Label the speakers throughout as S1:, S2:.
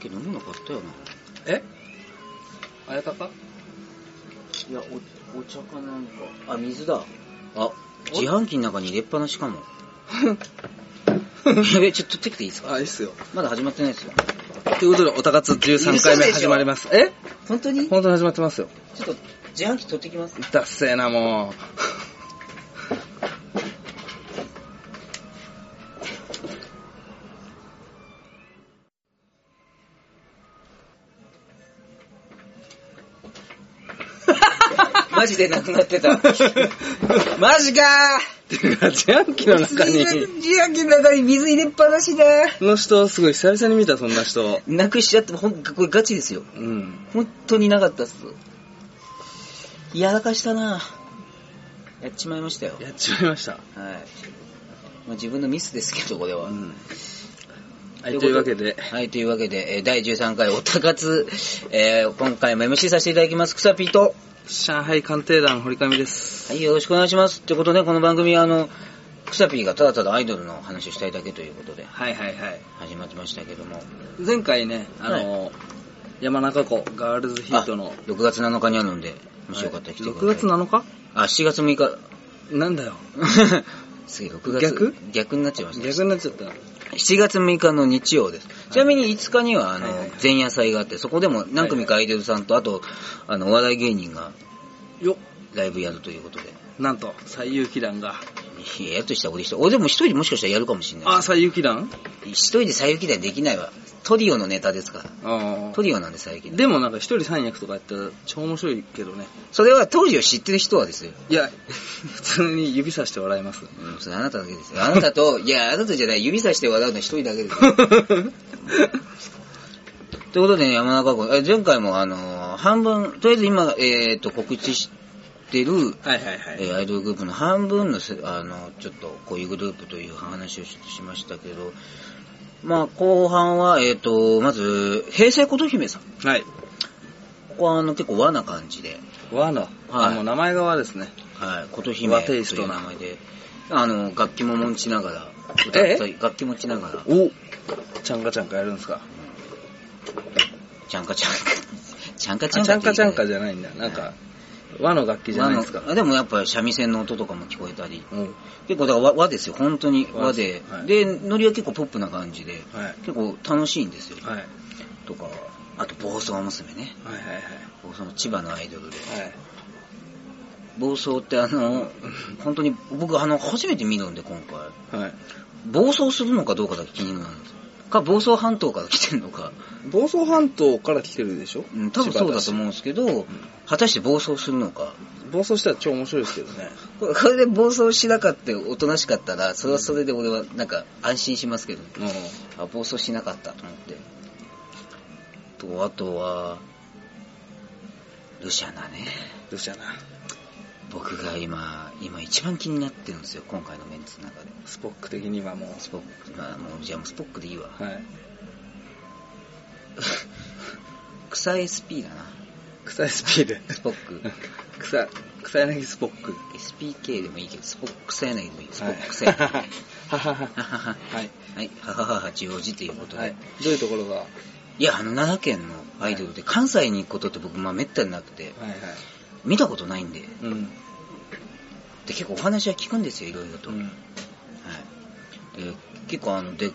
S1: き飲むの買ったよな
S2: え綾鷹
S1: いやおお茶かなんかあ水だあ自販機の中に入れっぱなしか もやべえちょっと取ってきていいですか
S2: あ、いいっすよ。
S1: まだ始まってないですよ
S2: ということで、おたかつ13回目
S1: 嘘でし
S2: 始
S1: ょ
S2: まります。え
S1: 本当にちょ
S2: 本当に始まってますよ。
S1: っと自販機取ってきます
S2: だっせーな、も
S1: マジでなくなって た
S2: う。マジかーっていうか、自販機の中に、
S1: 販機の中に水入れっぱなしだ
S2: の人、すごい久々に見た、そんな人。
S1: なくしちゃってほんこれガチですよ
S2: うん。
S1: 本当になかったっすやらかしたなやっちまいましたよ
S2: やっちまいました。
S1: はい、まあ、自分のミスですけどこれは、
S2: うん。はい、というわけで、
S1: はい、というわけで、えー第13回おたかつ、えー今回も MC させていただきます、草ピーと。
S2: 上海鑑定団、堀上です。
S1: はい、よろしくお願いします。ということで、この番組は、あの、草ピーがただただアイドルの話をしたいだけということで、
S2: はいはいはい。
S1: 始まりましたけども。
S2: 前回ね、あの、山中湖ガールズヒートの
S1: あ、6月7日にあるんで、もしよかったら来てください。
S2: 6月7日
S1: あ、7月6日。
S2: なんだよ。
S1: すげえ、6月。
S2: 逆
S1: 逆になっちゃいました。
S2: 逆になっちゃった。
S1: 7月6日の日曜です。ちなみに5日には、あの
S2: はいはいはい、
S1: 前夜祭があって、そこでも何組かアイドルさんと、あと、あの、お笑い芸人が
S2: よ
S1: ライブやるということで。
S2: なんと、最有機団が。
S1: いややっとした俺一人。俺でも一人でもしかしたらやるかもしれない。
S2: あ、最有機団
S1: 一人で最有機団できないわ。トリオのネタですから。
S2: あ
S1: トリオなんで最有機団。
S2: でもなんか一人三役とかやったら超面白いけどね。
S1: それは当時を知ってる人はですよ。
S2: いや、 普通に指さして笑い ます。
S1: うん、それあなただけですよ。あなた と、いや、あなたじゃない、指さして笑うの一人だけですよ。ということでね、山中君、え前回もあのー半分、とりあえず今、えっ、と、告知してる、
S2: はいはいは
S1: え
S2: い。
S1: ーアイドルグループの半分のせ、あの、ちょっと、こういうグループという話をししましたけど、まあ、後半は、えっ、と、まず、平成琴姫さん。
S2: はい。
S1: ここはあの結構和な感じで、
S2: 和の、あもう名前が和ですね。
S1: はい、琴姫
S2: 和
S1: と
S2: テ
S1: い
S2: イスト
S1: う
S2: な
S1: 名前で、あの、楽器も持ちながら、歌った
S2: え
S1: り、楽器持ちながら、
S2: おちゃんかちゃんかやるんですか
S1: ちゃんかちゃんか、 ちゃんか
S2: あ
S1: ち
S2: ち
S1: ゃ
S2: ゃ
S1: んかって言い
S2: んかち
S1: た
S2: ゃ
S1: い。
S2: んかじゃないんだ。なんか、和の楽器じゃないですか
S1: 和。のあでもやっぱ三味線の音とかも聞こえたり、
S2: うん。
S1: 結構だから和和ですよ、本当に和で、
S2: 和はい
S1: で、ノリは結構ポップな感じで、
S2: はい。
S1: 結構楽しいんですよ、
S2: はい。はい
S1: とか、あと暴走娘ね。
S2: はいはい。
S1: 暴走の千葉のアイドルで。
S2: はい。
S1: 暴走ってあの、本当に僕あの、初めて見るんで今回。
S2: はい。
S1: 暴走するのかどうかだけ気になるんですよ。か、暴走半島から来てるのか、
S2: 房総半島から来てるでしょ
S1: うん多分そうだと思うんですけど、果たして暴走するのか。
S2: 暴走したら超面白いですけどね。
S1: これこれで暴走しなかったおとなしかったら、それはそれで俺はなんか安心しますけど、
S2: う
S1: あ、暴走しなかったと思って。と、あとは、ルシャナね。
S2: ん。どうしような。
S1: 僕が今、今一番気になってるんですよ、今回のメンツの中で。
S2: スポック的にはもう。
S1: スポック、まあもう、じゃあもうスポックでいいわ。
S2: はい。
S1: 草 SP だな。
S2: 草 SP で。
S1: スポック。
S2: 草、草柳スポック。
S1: SPK でもいいけど、スポック草柳でもいい。スポ
S2: はい
S1: ック草柳。は
S2: ははは。
S1: はは
S2: はい。
S1: はい、はははは、八王子っていうことで。
S2: はい
S1: い、。
S2: どういうところがはい
S1: や、あの、奈良県のアイドルで、関西に行くことって僕、まあ、めったになくて、
S2: はい。
S1: 見たことないんで、で
S2: うん。
S1: 結構お話は聞くんですよ、いろいろと。
S2: う
S1: はい
S2: ん。
S1: で結構あので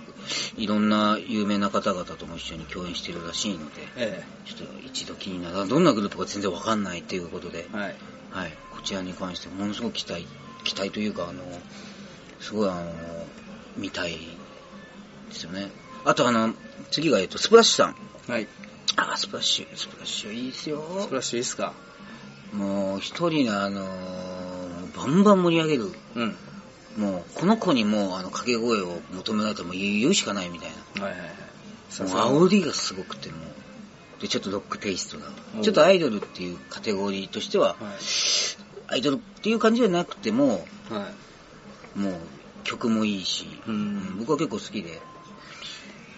S1: いろんな有名な方々とも一緒に共演してるらしいので
S2: え
S1: ちょっと一度気になるどんなグループか全然わかんないということで
S2: え。、はい。
S1: はい、こちらに関してものすごく期待期待というかあのすごいあの見たいですよねあとあの次が、えっと、スプラッシュさん
S2: はい。
S1: あスプラッシュスプラッシュいいですよ
S2: スプラッシュいいっすか
S1: もう一人のあのバンバン盛り上げる
S2: うん。
S1: もうこの子にもうあの掛け声を求められても言うしかないみたいな
S2: はいはいはい。さすが
S1: もう煽りがすごくてもうでちょっとロックテイストが
S2: うん
S1: ちょっとアイドルっていうカテゴリーとしては
S2: は
S1: アイドルっていう感じじゃなくても
S2: い。はい。
S1: もう曲もいいし、
S2: うん
S1: うん僕は結構好きで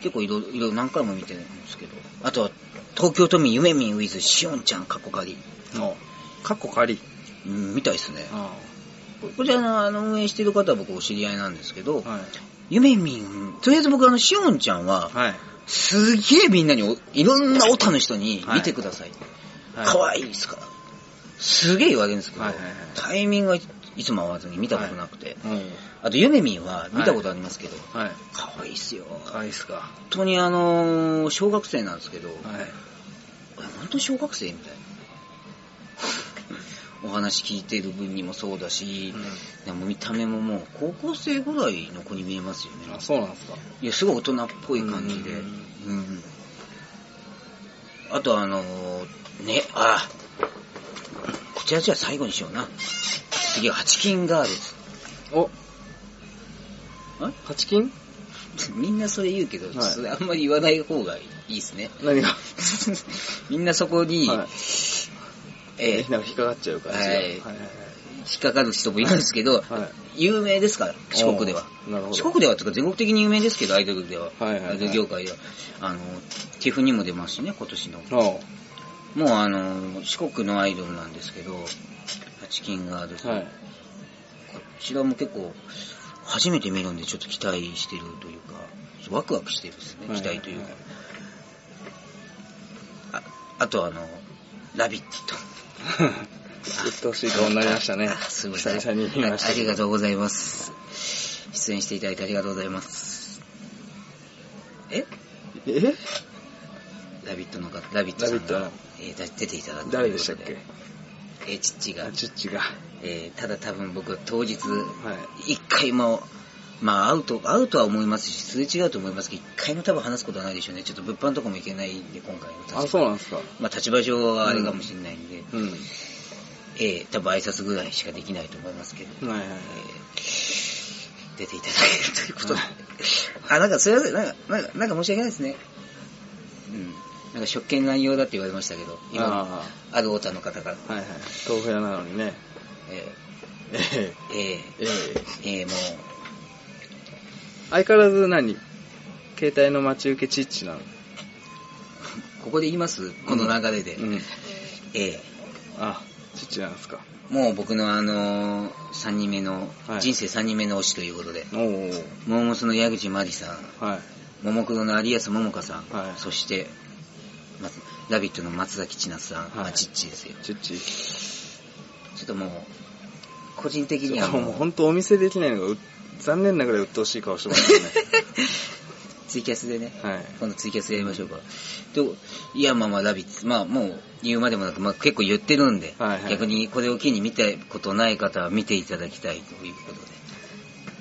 S1: 結構いろいろ何回も見てるんですけどあとは東京都民ゆめみん with しおんちゃん過去仮、
S2: の、カッコ仮。
S1: うん、みたいですね
S2: あ
S1: こちらのあの運営してる方は僕お知り合いなんですけど、
S2: あ。はい。
S1: ゆめみん、とりあえず僕、あの、しおんちゃんは、
S2: はい。
S1: すげえみんなにお、いろんなオタの人に
S2: はい
S1: 見てください。
S2: はい
S1: 可愛いですから。すげえ言われるんですけど、
S2: はいはいはい
S1: タイミングはいいつも合わずに見たことなくて。
S2: うん。
S1: あと、ゆめみんは見たことありますけど、
S2: はい。
S1: 可愛いっすよ。
S2: 可愛いっすか。は
S1: 本当にあのー小学生なんですけど、
S2: い。
S1: 本当に小学生みたいな。 お話聞いてる分にもそうだし、でも見た目ももう高校生ぐらいの子に見えますよね。
S2: あ、そうなんですか。
S1: いや、すごい大人っぽい感じで。
S2: う
S1: うんん。あとあのーね、あ、こちらじゃあ最後にしような。次は、ハチキンガールズ。
S2: お
S1: あ
S2: ハチキン
S1: みんなそれ言うけど、
S2: はい
S1: それあんまり言わない方がいいですね。
S2: 何が
S1: みんなそこに、
S2: はい
S1: えー
S2: なんか引っかかっちゃう感じが。
S1: はい
S2: はいはい
S1: 引っかかる人もいるんですけど、
S2: は
S1: 有名ですから、
S2: い。
S1: 四国では。
S2: おー。なるほど。
S1: 四国ではとか全国的に有名ですけど、アイドルでは。
S2: はいはいはい
S1: アイドル業界では。あの、ティフにも出ますしね、今年の。
S2: おー
S1: もうあの、四国のアイドルなんですけど、チキンガールズ。
S2: はい。
S1: こちらも結構、初めて見るんで、ちょっと期待してるというか、ワクワクしてるですね、
S2: はい
S1: 期待というか
S2: は
S1: あ
S2: い。
S1: あとあの、ラビット。
S2: 言ってほしい顔になりましたね。
S1: あ すごい。
S2: 久々に見ました
S1: ああ
S2: け
S1: り
S2: ど。
S1: がとうございます。出演していただいてありがとうございます。え
S2: え
S1: ラビットの方、ラビットさん
S2: ラビッ
S1: が
S2: ト、
S1: えーだ出ていただくということで。
S2: 誰でしたっけ
S1: えー、チッチが
S2: あ、。チッチが。は
S1: えーただ多分僕は当日、
S2: い。
S1: 一回も、まあ、会うと、会うとは思いますし、すれ違うと思いますけど、一回も多分話すことはないでしょうね。ちょっと物販とかも行けないんで、今回の立場
S2: あ、そうなんですか。
S1: まあ、立場上はあれかもしれないんで、
S2: うん。
S1: えー多分挨拶ぐらいしかできないと思いますけど、
S2: はいはいはい。
S1: えー出ていただけるということで。あ、なんか、すいません、なんか、なんか、なんか申し訳ないですね。うん。なんか、職権乱用だって言われましたけど、今、
S2: あ
S1: あるオータの方から、
S2: あ、はいはい。豆腐屋なのにね。
S1: え
S2: ええ
S1: ー、えー、
S2: ええ
S1: えー、も
S2: 相変わらず何携帯の待ち受けチッチなの
S1: う、ここで言いますこの流れで。
S2: うん。
S1: ええ
S2: あ、チッチなんですか。
S1: もう僕のあのー、3人目の、
S2: はい
S1: 人生3人目の推しということで、
S2: おー。
S1: モーモスの矢口真理さん、
S2: はい。
S1: ももクロの有安桃香さん、
S2: はい
S1: そして、まラビットの松崎千奈さん、
S2: はい
S1: まあチッチですよ。
S2: チッチ。
S1: ちょっともう、個人的には
S2: もう
S1: もう、
S2: 本当お見せできないのがう、残念なぐらい鬱陶しい顔して ます
S1: ツイキャスでね、
S2: ね。はい。
S1: 今度ツイキャスやりましょうか。といや、まあまあ、ラビット、まあもう言うまでもなく、まあ結構言ってるんで、
S2: はいはい
S1: 逆にこれを機に見たことない方は見ていただきたいということで。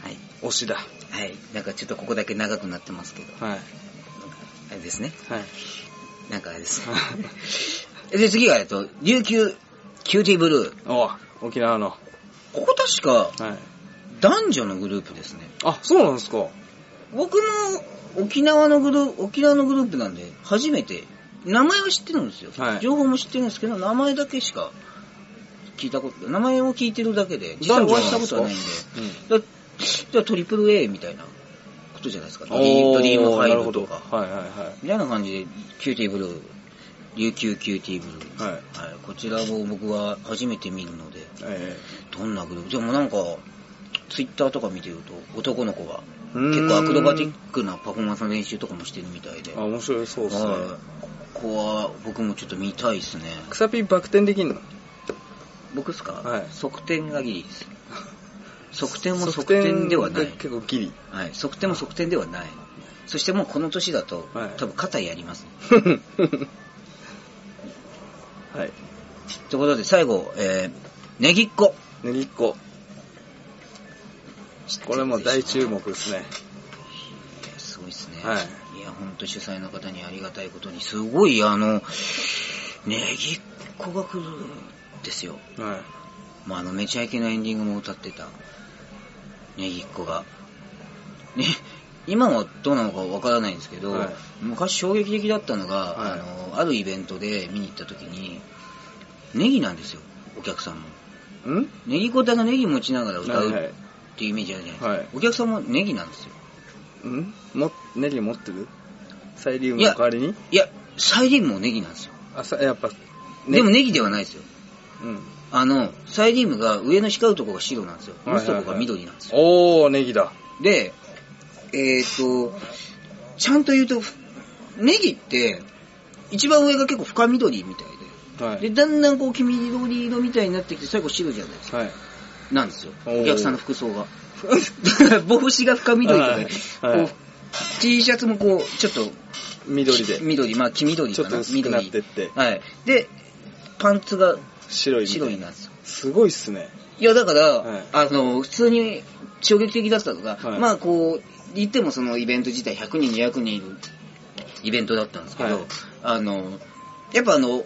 S1: はい。
S2: 推しだ。
S1: はい。なんかちょっとここだけ長くなってますけど、
S2: はい。
S1: あれですね。
S2: はい。
S1: なんかあれです。 で、次が、えっと、琉球、キューティーブルー。
S2: お沖縄の。は
S1: ここ確か、
S2: い。
S1: 男女のグループですね。
S2: あ、そうなんですか。
S1: 僕も、沖縄のグループ、沖縄のグループなんで、初めて、名前は知ってるんですよ。
S2: はい
S1: 情報も知ってるんですけど、名前だけしか聞いたこと、名前を聞いてるだけで、実際
S2: 男
S1: お
S2: 女
S1: 会いし
S2: なん
S1: た
S2: で
S1: こ
S2: す
S1: と
S2: か
S1: はないんで。
S2: うん。
S1: だじゃあトリプル A みたいなことじゃないですか。ドリ
S2: お
S1: ドリームフ
S2: な
S1: ァ
S2: る
S1: イ
S2: ほ
S1: ブ
S2: ど
S1: とか。
S2: はいはいは
S1: みたいな感じで、キューティーブルー、琉球キューティーブルー。
S2: い。はい。
S1: はい、こちらも僕は初めて見るので、
S2: え
S1: どんなグループでもなんか、ツイッターとか見てると、男の子が
S2: え
S1: 結構アクロバティッ
S2: ク。
S1: クなパフォーマンスの練習とかもしてるみたいで、
S2: あ、
S1: はい、
S2: 面白いそうですね。
S1: ここは僕もちょっと見たいですね。
S2: 草ピーバク転できんの
S1: 僕っすか、
S2: はい
S1: 側転がギリ です。側転も側転ではな
S2: 側
S1: い
S2: 転。結構ギリ。
S1: はい、側転も側転ではない。そしてもうこの年だと、
S2: はい
S1: 多分肩やります、
S2: はい。
S1: ということで最後、えー、ネギっ子。
S2: ねぎっこ。これも大注目ですね。
S1: すごいですね。。
S2: はい
S1: や、本当主催の方にありがたいことに、すごい、あの、ネギっ子が来るんですよ。
S2: は
S1: まあ、あの、めちゃイケのエンディングも歌ってた、ネギっ子が。ね、今はどうなのかわからないんですけど、
S2: はい
S1: 昔衝撃的だったのが、
S2: はい
S1: あの、あるイベントで見に行った時に、ネギなんですよ、お客さんも。
S2: い。ん
S1: ネギっ子ってあのネギ持ちながら歌う
S2: は
S1: っ
S2: い
S1: ていうイメージあるじゃないですか。
S2: はい
S1: お客さんもネギなんですよ。
S2: はい。んも、ネギ持ってるサイリウムの代わりに
S1: いや、サイリウムもネギなんですよ。
S2: あ、さ、やっぱ、
S1: でもネギではないですよ。
S2: うん。
S1: あの、サイリウムが上の光るとこが白なんですよ。
S2: はい
S1: 蒸
S2: はいはい
S1: すとこが緑なんですよ。
S2: おー、ネギだ。
S1: で、えっ、と、ちゃんと言うと、ネギって、一番上が結構深緑みたい
S2: は
S1: で、で、
S2: い。
S1: だんだんこう黄緑色みたいになってきて、最後白じゃないですか。
S2: はい。
S1: なんですよ。
S2: おー
S1: お客さんの服装が。 だから帽子が深緑とかで、
S2: はいはい
S1: こう、T シャツもこう、ちょっと
S2: 緑で、
S1: 緑、まあ黄緑
S2: ち
S1: かな。
S2: ょっと薄くなってって
S1: 緑、はい。で、パンツが
S2: 白いみたいな。
S1: 白いなんですよ。
S2: すごいっすね。
S1: いや、だから、
S2: はい
S1: あの、普通に衝撃的だったのが、
S2: はい
S1: まあこう、言ってもそのイベント自体100人、200人いるイベントだったんですけど、
S2: はい
S1: あの、やっぱあの、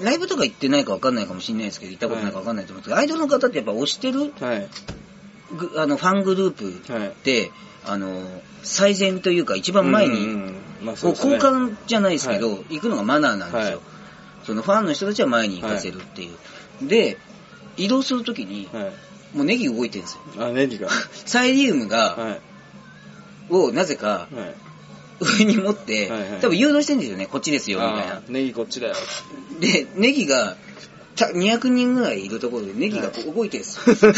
S1: ライブとか行ってないか分かんないかもしれないですけど、行ったことないか分かんないと思うんですけど、アイドルの方ってやっぱ推してる
S2: はい。
S1: ぐあのファングループ
S2: はい。
S1: で、あの、最善というか一番前
S2: うん
S1: に、
S2: うんうんまあ
S1: こ
S2: そううですね
S1: 交換じゃないですけど、
S2: は
S1: 行くのがマナーなんですよ。
S2: はい
S1: そのファンの人たちは前に行かせるっていう。で、移動するときに、
S2: はい。
S1: もうネギ動いてるんですよ。
S2: あ、ネギが。
S1: サイリウムが、
S2: は
S1: をなぜか
S2: い。はい。
S1: 上に持って、
S2: はいはい
S1: 多分誘導してるんですよね、こっちですよ、みたい
S2: あ
S1: な
S2: ー。ネギこっちだよ。
S1: で、ネギが、た200人ぐらいいるところでネギがこう動いてるんです よ。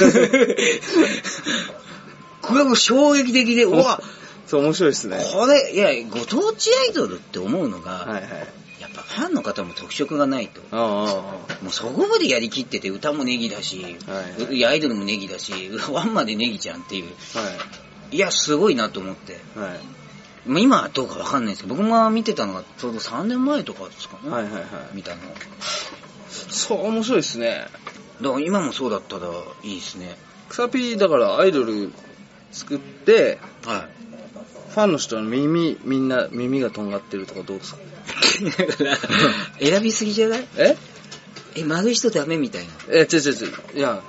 S1: これはもう衝撃的で、うわ
S2: そう、面白いっすね。
S1: これ、いや、ご当地アイドルって思うのが、
S2: はいはい。
S1: やっぱファンの方も特色がないと。
S2: あああ
S1: もうそこまでやりきってて、歌もネギだし、
S2: はいはい
S1: いやアイドルもネギだし、ワンまでネギじゃんっていう。
S2: あ
S1: いや、すごいなと思って。
S2: あはい。
S1: まあ今はどうかわかんないですけど、僕が見てたのがちょうど3年前とかですかね。
S2: はい。はいはいはい。
S1: 見たの。だか
S2: そう、面白いっすね。
S1: ら今もそうだったらいいですね。
S2: 草ピーだからアイドル作って、
S1: はい。
S2: ファンの人の耳、みんな耳がとんがってるとかどうですか
S1: だから、選びすぎじゃない
S2: え
S1: え、丸い人ダメみたいな。
S2: え、違う違う違う。いや、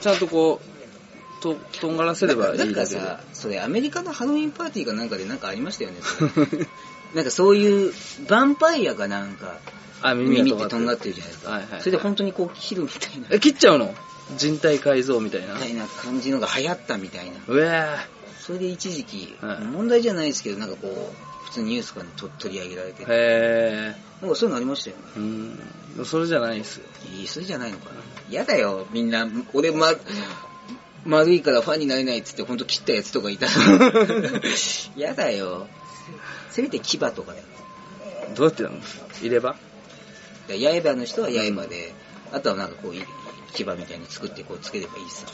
S2: ちゃんとこう、と、とんがらせればい
S1: なん
S2: い
S1: か
S2: だけで。
S1: さ、それアメリカのハロウィンパーティーかなんかでなんかありましたよね。それなんかそういう、ヴァンパイアがなんか、
S2: あ、
S1: 耳
S2: 耳
S1: って
S2: が
S1: と
S2: と
S1: ん
S2: ん
S1: が
S2: が
S1: っ
S2: ってて
S1: るじ
S2: る。
S1: ゃないです
S2: はいはいは
S1: か。
S2: い
S1: それで本当にこう切るみたいな。
S2: え、切っちゃうの人体改造みたいな。
S1: みたいな感じのが流行ったみたいな。
S2: うえ
S1: それで一時期、
S2: はい
S1: 問題じゃないですけど、なんかこう、普通にニュースとかにと取り上げられて
S2: ー。、へ
S1: なんかそういうのありましたよね。
S2: ー。うん。それじゃないですよ。
S1: いい、それじゃないのかな。嫌だよ、みんな。俺、ま、丸いからファンになれないっつって、ほんと切ったやつとかいたの 嫌だよ。せめて牙とかだよ。
S2: どうやってやるの入れ歯
S1: だから刃の人は刃で、あとはなんかこう、い牙みたいに作ってこうつければいいさ。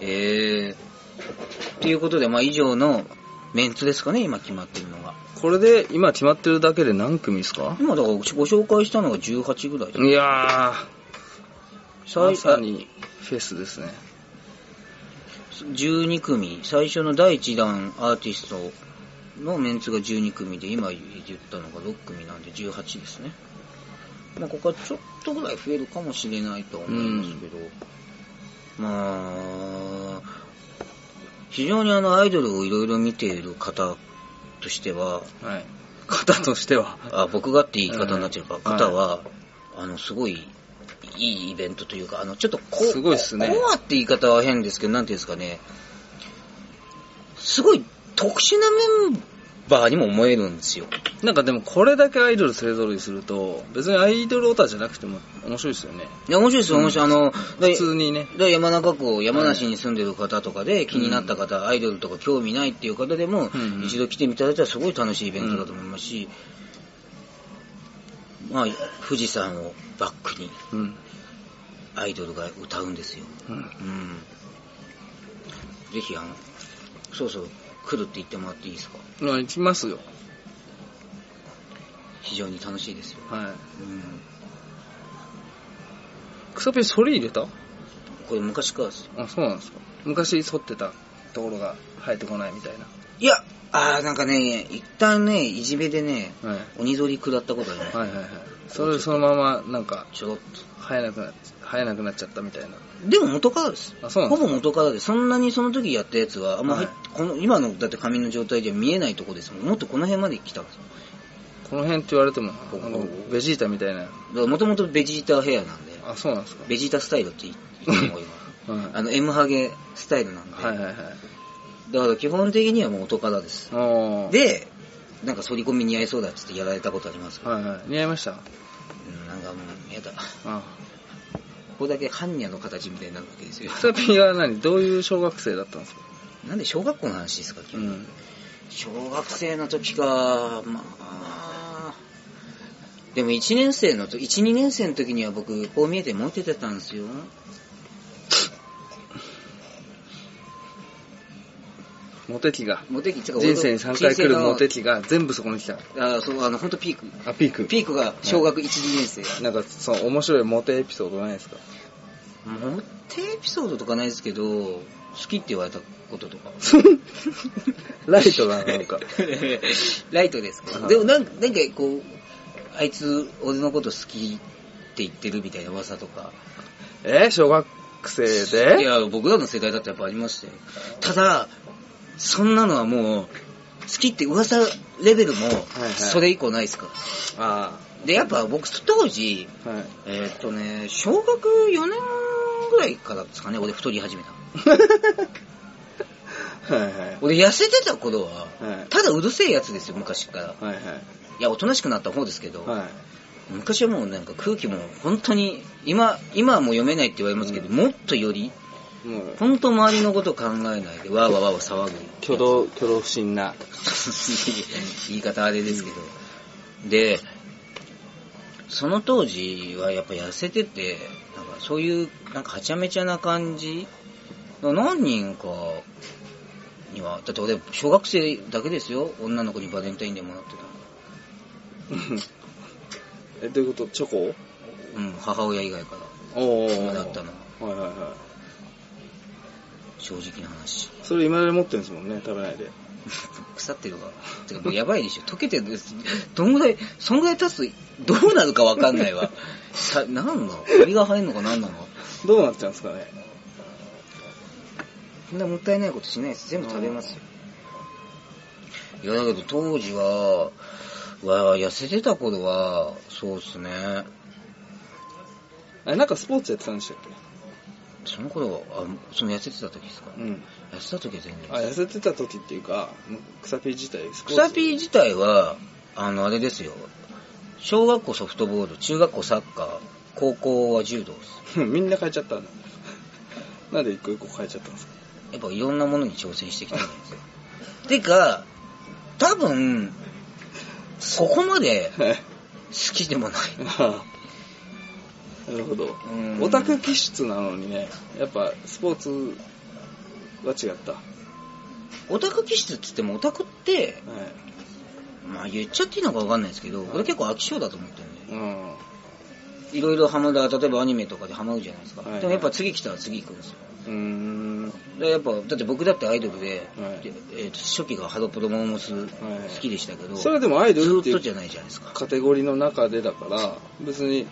S1: えー。ということで、まあ以上のメンツですかね、今決まってるのが。
S2: これで今決まってるだけで何組ですか
S1: 今だからご紹介したのが18ぐらい
S2: いやー、
S1: 最
S2: まさにフェスですね。
S1: 12組、最初の第1弾アーティストのメンツが12組で、今言ったのが6組なんで18ですね。まあ、ここはちょっとぐらい増えるかもしれないとは思いますけど、まあ、非常にあのアイドルをいろいろ見ている方としては、
S2: はい。方としては。
S1: あ僕がって言い方になっちゃうか、
S2: うんはい
S1: 方は、あの、すごい、いいイベントというか、あの、ちょっとこう、
S2: すごいっすね
S1: コアって言い方は変ですけど、なんていうんですかね、すごい特殊なメンバーにも思えるんですよ。
S2: なんかでもこれだけアイドル勢揃いすると、別にアイドルオタじゃなくても面白いですよね。
S1: いや、面白いですよ、面白い。あの、
S2: 普通にね。
S1: で山中湖、山梨に住んでる方とかで気になった方、アイドルとか興味ないっていう方でも、
S2: うんうん
S1: 一度来てみただいたらすごい楽しいイベントだと思いますし、まあ、富士山をバックに
S2: うん。
S1: アイドルが歌うんですよ。
S2: うん。
S1: うん。ぜひ、あの、そうそう、来るって言ってもらっていいですか
S2: まあ行きますよ。
S1: 非常に楽しいですよ。
S2: はい。
S1: うん。
S2: 草ペンそれ入れた
S1: これ昔からですよ。
S2: あ、そうなんですか。昔剃ってたところが生えてこないみたい
S1: いや、あーなんかね、一旦ね、いじめでね、
S2: な。はい。
S1: 鬼ぞり下ったことあります。
S2: はいはいはい。それそのままなんか
S1: ちょろっと。
S2: 生えなくなっ生えなくなっちゃったみたいな。
S1: でも元からです。
S2: あ、そうなん
S1: ほ
S2: です
S1: ぼ元からです。そんなにその時やったやつは、あんま入っこの今のだって髪の状態じゃ見えないとこですもん。もっとこの辺まで来たんですよ。
S2: かこの辺って言われてもな、
S1: ここ
S2: あのベジータみたいな。
S1: だからもともとベジータヘアなんで、
S2: あ、そうなんですか。
S1: ベジータスタイルって言って も今。
S2: はい
S1: あの、M ハゲスタイルなんで、
S2: はいはいはい。
S1: だから基本的にはもう元からです。
S2: おー
S1: で、なんか反り込み似合いそうだっつってやられたことありますけど、
S2: はいはい。似合いました
S1: うんなんかもう、やだ。
S2: あ
S1: ここだけ般若の形みたいになるわけですよ。
S2: 草ピーは何どういう小学生だったんですか
S1: なんで小学校の話ですか、
S2: う
S1: 君。
S2: ん。
S1: 小学生の時か、まあ、でも1年生のと、1、2年生の時には僕、こう見えてモテてたんですよ。
S2: モテ期が。
S1: モテ期、つうか
S2: 人生に3回来るモテ
S1: 期。
S2: 期が全部そこに来た。
S1: あそう、あの、ほんとピーク。
S2: あ、ピーク。
S1: ピークが小学1、2年生。
S2: なんか、その面白いモテエピソードないですか
S1: モテエピソードとかないですけど、好きって言われたこととか。
S2: ライトだな、なんか。
S1: ライトです
S2: は
S1: か
S2: い
S1: でもなんか、なんかこう、あいつ、俺のこと好きって言ってるみたいな噂とか。
S2: えー小学生
S1: い
S2: で
S1: や、僕らの世代だってやっぱありましたよ。ただ、そんなのはもう、好きって噂レベルも
S2: いはい、
S1: それ以降ないですか、
S2: あ
S1: で、やっぱ僕、当時、
S2: あ。はい。
S1: えーっとね、小学4年ぐらいからですかね、俺太り始めたの。
S2: はいはい。
S1: 俺痩せてた頃は、
S2: はい
S1: ただうるせえやつですよ、昔から。
S2: はいはい。
S1: いや、おとなしくなった方ですけど、
S2: はい。
S1: 昔はもうなんか空気も本当に、今、今はもう読めないって言われますけど、もっとより、
S2: もう、
S1: 本当周りのこと考えないで、わーわーわーわー騒ぐ。
S2: 挙動、挙動不審な。
S1: 言い方あれですけど。で、その当時はやっぱ痩せてて、なんかそういう、なんかはちゃめちゃな感じ何人かには、だって俺、小学生だけですよ、女の子にバレンタインでもらってたの。
S2: え、どういうことチョコ
S1: うん、母親以外から。
S2: おー
S1: だったの
S2: はいはいは
S1: 正直な話。
S2: い。それ今で持ってるんですもんね、食べないで。
S1: 腐ってるわ。てかもうやばいでしょ。溶けてる。どんぐらい、そんぐらい経つと、どうなるかわかんないわ。さ、なんだカビが生えんのかなんなの
S2: どうなっちゃうんですかね
S1: そんなもったいないことしないです。全部食べますよ。いや、だけど当時は、わあ痩せてた頃は、そうっすね。
S2: あれ、なんかスポーツやってたんでしたっ
S1: その頃は、あその痩せてた時ですか、
S2: けうん。
S1: 痩せた時は全然
S2: あ、
S1: です。
S2: 痩せてた時っていうか、もう草ピー自体、スポーツ。
S1: 草ピー自体は、あの、あれですよ。小学校ソフトボール、中学校サッカー、高校は柔道です。
S2: みんな変えちゃったんだ。なんで一個一個変えちゃったんですか
S1: やっぱいろんなものに挑戦してきたんですよ。 てか、多分、そこまで
S2: はい。
S1: 好きでもない。
S2: あ あなるほど
S1: うん。
S2: オタク気質なのにね、やっぱスポーツは違った。は
S1: オタク気質って言ってもオタクって、まあ言っちゃっていいのか分かんないですけど、これ結構飽き性だと思ってるん
S2: い。う
S1: で、
S2: ん。はい
S1: ろいろハマる、例えばアニメとかでハマるじゃないですか。
S2: はいはい
S1: でもやっぱ次来たら次行くんですよ。
S2: い。うーん。は
S1: でやっぱ、だって僕だってアイドルで、
S2: はい
S1: でえーと初期がハロプロモーモス
S2: い。
S1: 好きでしたけど、
S2: それはでもアイドルっ
S1: ず
S2: てい
S1: っと
S2: う
S1: じゃないじゃないですか。
S2: カテゴリーの中でだから、別に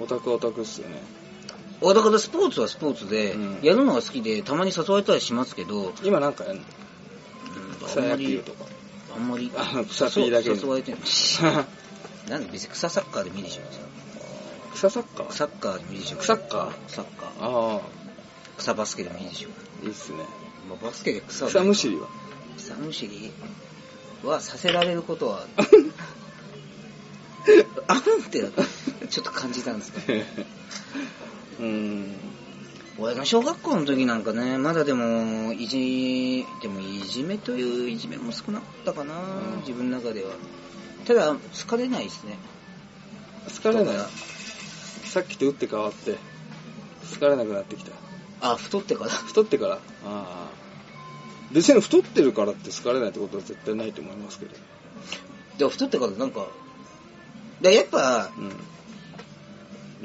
S2: オタクはオタクっすよね。
S1: あだからスポーツはスポーツで、
S2: うん
S1: やるのが好きで、たまに誘われたりしますけど、うん
S2: 今なんかやんの草
S1: あんま
S2: 野球
S1: り、
S2: とか。
S1: あんまり、
S2: あ草ピーだけ
S1: 誘われてるなんで別に草サッカーでもいいでしょ。
S2: 草サッカー
S1: サッカーでもいいでしょ。
S2: 草サッカー
S1: サッカー。
S2: ああ、
S1: 草バスケでもいいでしょ。
S2: いいっすね。
S1: まあ、バスケで草は
S2: 草むしりは。
S1: 草むしりはさせられること は、あんって、ちょっと感じたんですけど。
S2: うーん。
S1: 俺が小学校の時なんかね、まだでも、いじ、でもいじめといういじめも少なかったかな、
S2: うん
S1: 自分の中では。ただ、疲れないですね。
S2: 疲れない
S1: 人が。
S2: さっきと打って変わって、疲れなくなってきた。
S1: あ、太ってから。
S2: 太ってからああ。別に太ってるからって好かれないってことは絶対ないと思いますけど。
S1: でも太ってからなんか、でやっぱ、
S2: う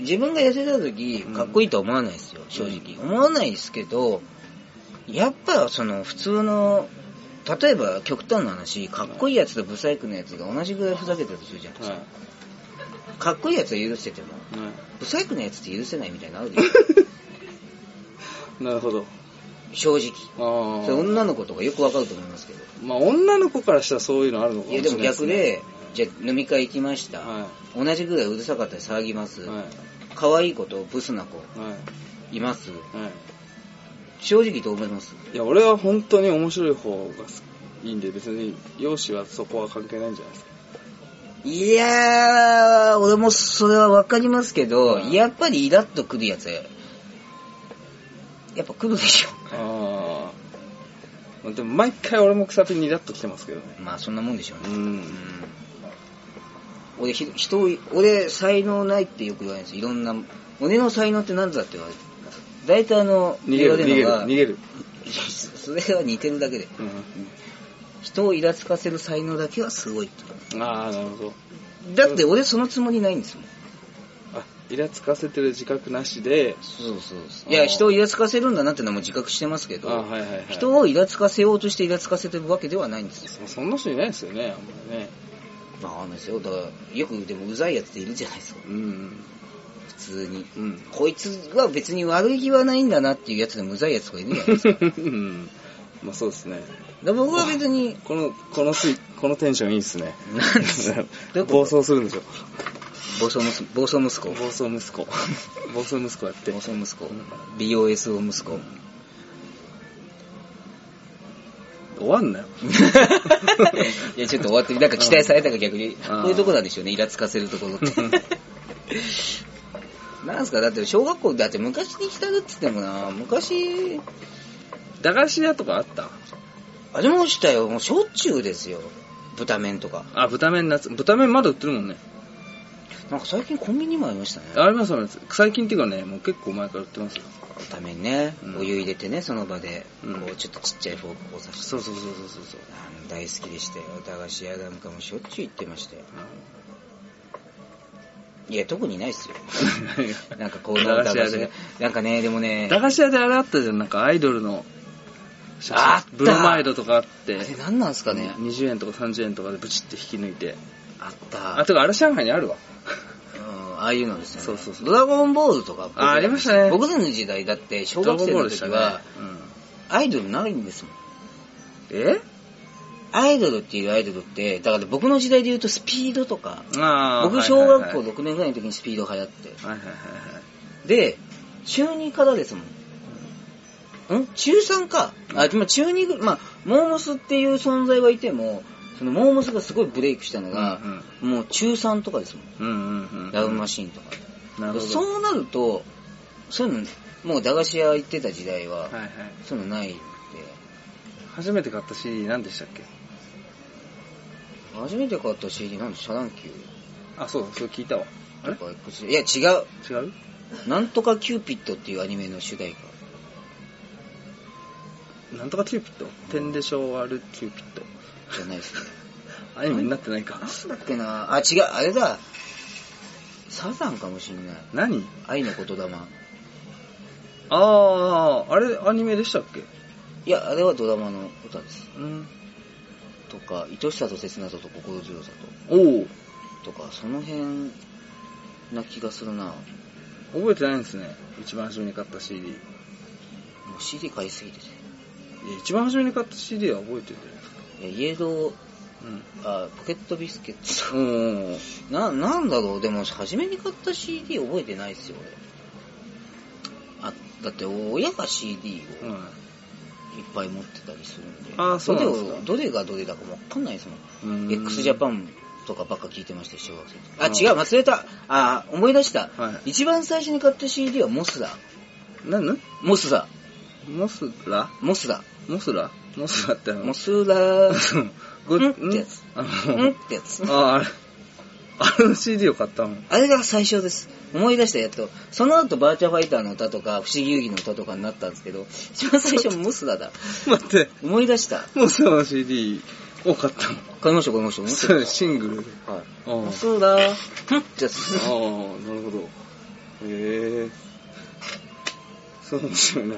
S2: ん。
S1: 自分が痩せた時
S2: うん
S1: かっこいいとは思わないですよ、正直思わないですけどやっぱその普通の例えば極端な話かっこいいやつとブサイクのやつが同じぐらいふざけてるとするじゃないです
S2: は
S1: か、かっこいいやつは許してても
S2: い。 は
S1: ブサイクのやつって許せないみたいなのあ るでしょ
S2: い。なるほど。
S1: 正直
S2: ああ。
S1: それ女の子とかよくわかると思いますけど
S2: まあ女の子からしたらそういうのあるのか
S1: い
S2: もし
S1: や
S2: れ
S1: で
S2: な
S1: も
S2: いです
S1: 逆
S2: ね。
S1: でじゃあ飲み会行きました、
S2: は
S1: 同じぐらいうるさかったり騒ぎます、
S2: い。はい。
S1: 可愛い子とブスな子
S2: はい。
S1: います
S2: はい。
S1: 正直どう思います
S2: いや、俺は本当に面白い方がいいんで、別に、容姿はそこは関係ないんじゃないですか。
S1: いやー、俺もそれはわかりますけど、
S2: うん
S1: やっぱりイラッとくるやつ、やっぱ来るでしょ。
S2: あでも毎回俺も草ピンにラッと来てますけどね。
S1: まあそんなもんでしょう
S2: う
S1: ね。うん
S2: ん。
S1: 俺、ひ人を、俺、才能ないってよく言われるんですいろんな、俺の才能って何だって言われる。大体あの、
S2: 逃げる、逃
S1: 言わのが
S2: げる、逃げる。
S1: いやそれは似てるだけで。人をイラつかせる才能だけはすごいって
S2: うん。ああ、なるほど。
S1: だって俺そのつもりないんですもん。
S2: あ、イラつかせてる自覚なしで、
S1: そうそうそういや、人をイラつかせるんだなってのはもう自覚してますけ
S2: あ
S1: ど、
S2: はいはいはい。
S1: 人をイラつかせようとしてイラつかせてるわけではないんですよ。
S2: そそんな人いないですよね、あんまりね。
S1: まあ、あんですよ。だから、よくでもうざいやつっているじゃないですか、
S2: うん。
S1: 普通に。
S2: うん。
S1: こいつは別に悪い気はないんだなっていうやつでもうざいやつがいるじゃない ですか。だか
S2: うん。まあそうですね。
S1: ら僕は別に、
S2: この、このスイこのテンションいいっすね。
S1: なんですよどういうこと
S2: 暴走するんですよ。
S1: 暴走息子、暴走息
S2: 暴
S1: 子、
S2: 走息子。暴走息子やって
S1: 暴。走息子、BOS を 息子。
S2: 終わんなよ。
S1: いや、ちょっと終わって、なんか期待されたが逆に、
S2: うん
S1: こういうとこなんでしょうね、イラつかせるとこ ろって。なんすか、だって小学校だって昔に来たるっつってもな、昔、
S2: 駄菓子屋とかあった
S1: ありましたよ、もうしょっちゅうですよ。豚麺とか。
S2: あ、豚麺夏。豚麺まだ売ってるもんね。
S1: なんか最近コンビニもありましたね。
S2: ありますあります。最近っていうかね、もう結構前から売ってますよ。
S1: 豚麺ね
S2: う、ん
S1: お湯入れてね、その場で、
S2: うん
S1: こう、ちょっとちっちゃいフォークを刺して。
S2: そうそうそうそうそうそう。
S1: あの大好きでしたよ。駄菓子屋なんかもしょっちゅう行ってましたよ。いや、特にないっ すよ。なんかこう、駄
S2: 駄菓
S1: 菓
S2: 子
S1: 子
S2: 屋
S1: 屋
S2: で
S1: で。なんかね、でもね、
S2: 駄菓子屋であれあったじゃん、なんかアイドルの写真
S1: あった
S2: ブロマイドとかあって
S1: あ、れ何なんすかね。
S2: 20円とか30円とかでブチって引き抜いて。
S1: あった。
S2: あ、てかあれ上海にあるわ。
S1: うんああいうのですね。
S2: そうそうそう
S1: ドラゴンボールとか。
S2: あありましたね
S1: 僕らの時代だって、小学生の時
S2: ドラゴ
S1: は、
S2: ンボール
S1: アイドルないんですもん。
S2: でしたね。うん
S1: アイドルっていうアイドルって、だから僕の時代で言うとスピードとか、
S2: えああ。
S1: 僕小学校
S2: はい
S1: 6年ぐらいの時にスピード流行って。
S2: はいはいはいはいはい。
S1: で、中2からですもん。ん中3か。あ、でも中2ぐ、まあ、モーモスっていう存在はいても、そのモーモスがすごいブレイクしたのが、もう中3とかですもん。
S2: うんうんうんうん。
S1: ラブマシーンとか。
S2: なるほど。
S1: そうなると、そういうの、もう駄菓子屋行ってた時代は、
S2: はいはい。
S1: そういうのないんで、
S2: 初めて買った CD 何でしたっけ
S1: 初めて買った CD なんで遮断球
S2: あ、そうだ、それ聞いたわ。あれ
S1: とかいくついや違う。
S2: 違う
S1: なんとかキューピッドっていうアニメの主題歌。
S2: なんとかキューピット。点でしょあるキューピット。
S1: じゃないですね。
S2: アニメになってないか。
S1: なんだっけなあ、違う、あれだ。サザンかもしんない。
S2: 何
S1: 愛の言霊。
S2: ああ、あれアニメでしたっけ
S1: いや、あれはドラマの歌です。
S2: うん。
S1: とか、愛しさと切なさと心強さ
S2: おお、
S1: と。とか、その辺な気がするな。も
S2: 覚えてないんですね。一番初めに買った CD。いう
S1: CD 買いすぎてて。
S2: や一番初めに買った CD は覚えてるじゃないですか。
S1: いやイエロー
S2: うん。
S1: あポケットビスケッ
S2: おー
S1: ト。な、なんだろう、でも初めに買った CD 覚えてないですよ、俺。あ、だって親が CD を
S2: う
S1: いっ
S2: ん。
S1: ぱい持ってたりするんで。
S2: あーそうなんですか
S1: どれをどれがどれだかもわかんないですもん。
S2: うん
S1: x ジャパンとかばっか聞いてましたよ、小学生の時。
S2: うん
S1: あ、違う、忘れた。あ、思い出した。
S2: は
S1: 一番最初に買った CD はモスだ。
S2: い。なの
S1: モスだ。
S2: モスラ
S1: モスだ。
S2: モスラモスラってあの、
S1: モスだー。
S2: ご
S1: んってやつ
S2: あ
S1: んっ
S2: の、
S1: てやつ。
S2: ああ、あれ、あれの CD を買ったの。
S1: あれが最初です。思い出したやっと。その後、バーチャファイターの歌とか、不思議遊戯の歌とかになったんですけど、一番最初、モスラだ。
S2: 待って、
S1: 思い出した。
S2: モスラの CD を買ったの。
S1: 買いました、買いました。思って
S2: そ
S1: た
S2: れシングル
S1: は
S2: で。
S1: い。
S2: あー
S1: モスラ ー。んってや
S2: あ
S1: つ。
S2: あ、なるほど。へえ。そう面白いな。へ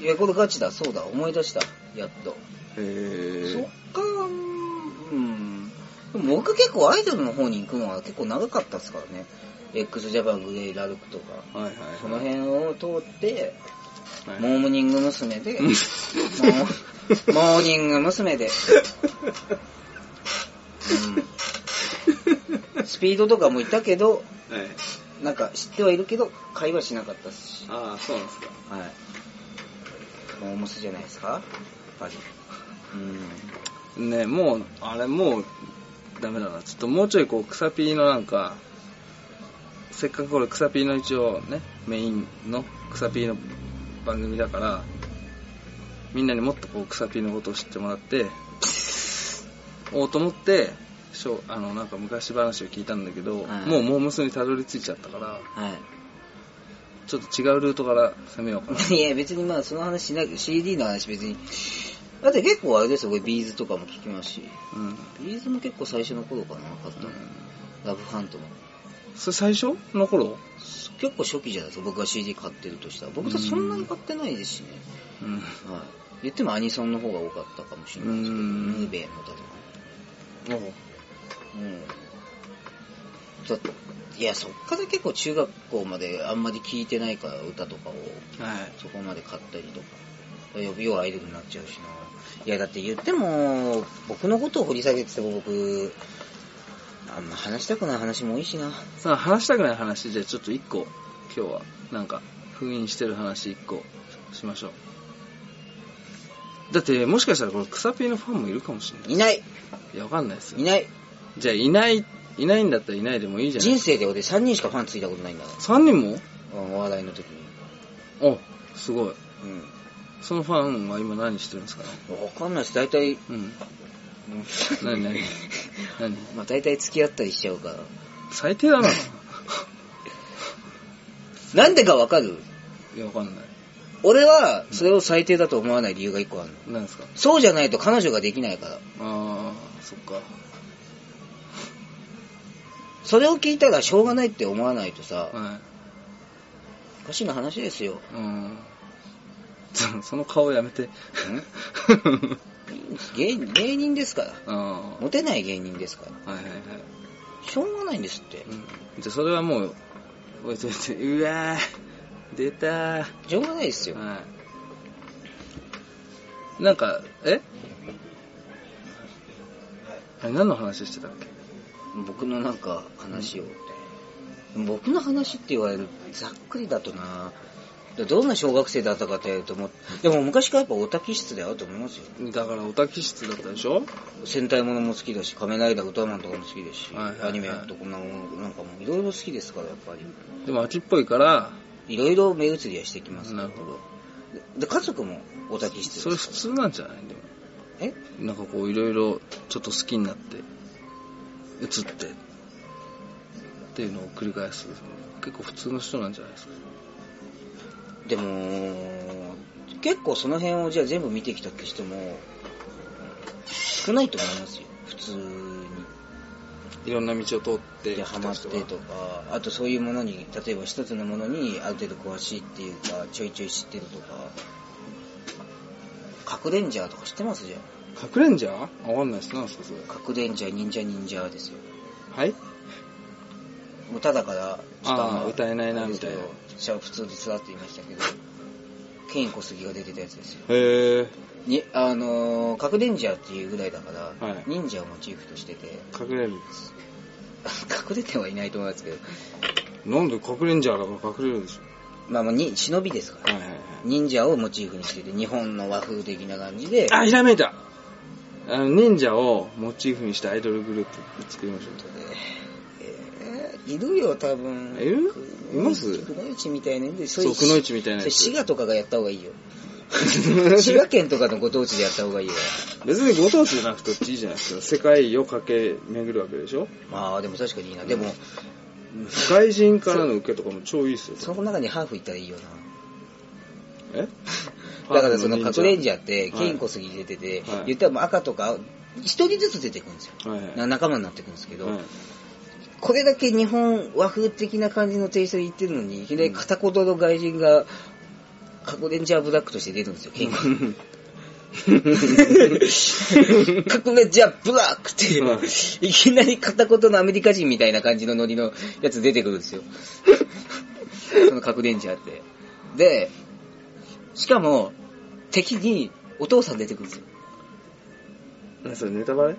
S1: いや、これガチだ。そうだ。思い出した。やっと。そっ
S2: え。
S1: かうん。でも僕結構アイドルの方に行くのは結構長かったですからね。x ジャパングレイ、ラルクとか。
S2: はいはい。
S1: その辺を通って、
S2: はい
S1: モーニング娘。で、
S2: うん
S1: モーモーニング娘。で、うん、スピードとかもいたけど、
S2: はい。
S1: なんか知ってはいるけど、会話しなかったし、
S2: ああ、そうなんですか。
S1: はい。モームスじゃないですかやっぱり。うん。
S2: ねえもう、あれもう、ダメだな。ちょっともうちょいこう、草ピーのなんか、せっかくこれ草ピーの一応ね、メインの草ピーの番組だから、みんなにもっとこう草ピーのことを知ってもらっておうと思ってしょあのなんか昔話を聞いたんだけど、
S1: はい
S2: もうモームスにたどり着いちゃったから
S1: は
S2: ちょっと違うルートから攻めようかな
S1: い。いや、別にまあ、その話しないけど、CD の話別に。だって結構あれですよ、これビーズとかも聞きますし。
S2: うん、
S1: ビーズも結構最初の頃かな、買ったの。ラブハントも。
S2: それ最初の頃、
S1: 結構初期じゃないですか、僕が CD 買ってるとしたら。僕とそんなに買ってないですしね。
S2: うん、
S1: はい。言ってもアニソンの方が多かったかもしれないですけど、
S2: うん
S1: ムーベのだとか。うん。だいや、そっから結構中学校まであんまり聞いてないから、歌とかを。
S2: はい
S1: そこまで買ったりとか。要はアイドルになっちゃうしな。いや、だって言っても、僕のことを掘り下げてても僕、あんま話したくない話も多いしな。
S2: さあ話したくない話じゃあちょっと一個今日はなんか封印してる話一個しましょうだってもしかしたらこの草ピーのファンもいるかもしれない
S1: いない
S2: いやわかんないですよ
S1: いない
S2: じゃあいないいないんだったらいないでもいいじゃない
S1: 人生で俺3人しかファンついたことないんだか
S2: 3人も
S1: ら。うんお笑いの時に。
S2: おすごい
S1: うん。
S2: そのファンは今何してるんですかね
S1: わかんないです。大 体、
S2: う
S1: う
S2: ん
S1: ん
S2: 何 何何
S1: まあ大体付き合ったりしちゃうから。
S2: 最低だない
S1: なんでかわかる
S2: やわかんない
S1: 俺は、それを最低だと思わない理由が1個あるの。
S2: 何ですか
S1: そうじゃないと彼女ができないから。
S2: ああそっか
S1: それを聞いたらしょうがないって思わないとさ、
S2: はい
S1: おかしな話ですよ。
S2: うん ちょその顔やめて。
S1: 芸芸人ですから。
S2: ああー
S1: モテない芸人ですから。
S2: はいはいはい。
S1: しょうがないんですって。
S2: うんじゃあそれはもう、おいちょいちょい、うわー、出たー。は
S1: しょうがないですよ。
S2: い。なんか、えあれ何の話してたっけ
S1: 僕のなんか話を。僕の話って言われる、ざっくりだとなどんな小学生だったかというともう、でも昔からやっぱオタ気質だよと思いますよ。
S2: だからオタ気質だったでしょ
S1: 戦隊ものも好きだし、仮面ライダー歌マンとかも好きですし、
S2: はいはいはい
S1: アニメとかもなんかもういろいろ好きですから、やっぱり。
S2: でも秋っぽいから、
S1: いろいろ目移りはしてきますけど。
S2: なるほど。
S1: で、家族もオタ気質
S2: そ
S1: で
S2: れ
S1: す
S2: 普
S1: か
S2: 通なんじゃないでも。
S1: ら。え
S2: なんかこういろいろちょっと好きになって、移って、っていうのを繰り返す。結構普通の人なんじゃないですか。
S1: でも、結構その辺をじゃあ全部見てきたって人も、少ないと思いますよ。普通
S2: いろんな道を通っ
S1: に。
S2: て、
S1: で、ハマってとか、あとそういうものに、例えば一つのものにある程度詳しいっていうか、ちょいちょい知ってるとか、カクレンジャーとか知ってますじゃん。
S2: かくれんじゃわかんないです。なんですか、それ。
S1: カクレンジャー、忍者忍者ですよ。
S2: はい
S1: 歌だから、ん
S2: あー
S1: ま
S2: 歌えないなみたいな
S1: あれですけどじゃあ普通にスラッと言いましたけど、ケイン小杉が出てたやつですよ。
S2: へえ。
S1: に、あのー、カクレンジャーっていうぐらいだから、
S2: はい
S1: 忍者をモチーフとしてて、
S2: 隠れる。
S1: 隠れてはいないと思いますけど、
S2: なんで隠れんじゃだから隠れるでし
S1: まあまあに、忍びですから、
S2: はいはいはい。
S1: 忍者をモチーフにしてて、日本の和風的な感じで、
S2: あ、ひらめいたあの、忍者をモチーフにしたアイドルグループ作りましょう。
S1: えーいるよ、多分。
S2: いるいます
S1: くのいちみたいなねで、
S2: そう、くのいちみたいな
S1: そ
S2: や
S1: れ
S2: つ
S1: 滋賀とかがやった方がい いよ。滋賀県とかのご当地でやった方がいいよ。
S2: 別にご当地じゃなくたっていいじゃないですか。世界を駆け巡るわけでしょ
S1: まあ、でも確かにいいな。でも、
S2: 外人からの受けとかも超いいっすよ。
S1: その中にハーフいったらいいよ
S2: え
S1: な。だからそのカクレンジャーって、
S2: はい
S1: 金小杉出てて、
S2: はい
S1: 言ったらもう赤とか、一人ずつ出てくるんですよ。
S2: はいはい。
S1: な仲間になってくるんですけど、
S2: はい
S1: これだけ日本和風的な感じのテイストで言ってるのに、いきなり片言の外人が、カクレンジャーブラックとして出るんですよ、金小
S2: うん
S1: 杉。カクレンジャーブラックっていう、
S2: はい
S1: いきなり片言のアメリカ人みたいな感じのノリのやつ出てくるんですよ。そのカクレンジャーって。で、しかも、敵にお父さん出てくるんですよ。
S2: 何それネタバレ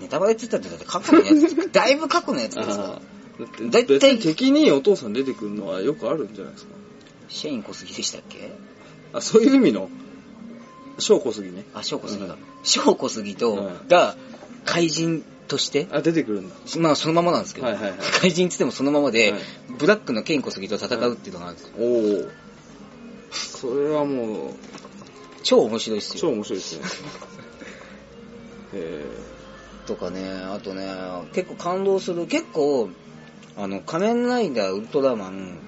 S1: ネタバレって言ったって、だって過去のやつ、だいぶ過去のやつですから。
S2: ああ。だって、
S1: 大体
S2: 別に敵にお父さん出てくるのはよくあるんじゃないですか。
S1: シェイン小杉でしたっけ
S2: あ、そういう意味の翔小杉ね。
S1: あ、翔子杉だ
S2: うん。
S1: 翔子杉と
S2: う、ん
S1: が、怪人として、
S2: あ、出てくるんだ。
S1: まあそのままなんですけど、
S2: はいはいはい
S1: 怪人っつってもそのままで、
S2: はい
S1: ブラックのケイン小杉と戦うっていうのがあるんですよ。
S2: おお。それはもう、
S1: 超面白いっす
S2: 超
S1: よ。
S2: 面白いですね。 え
S1: とかね、あとね、結構感動する、結構、あの、仮面ライダー、ウルトラマン、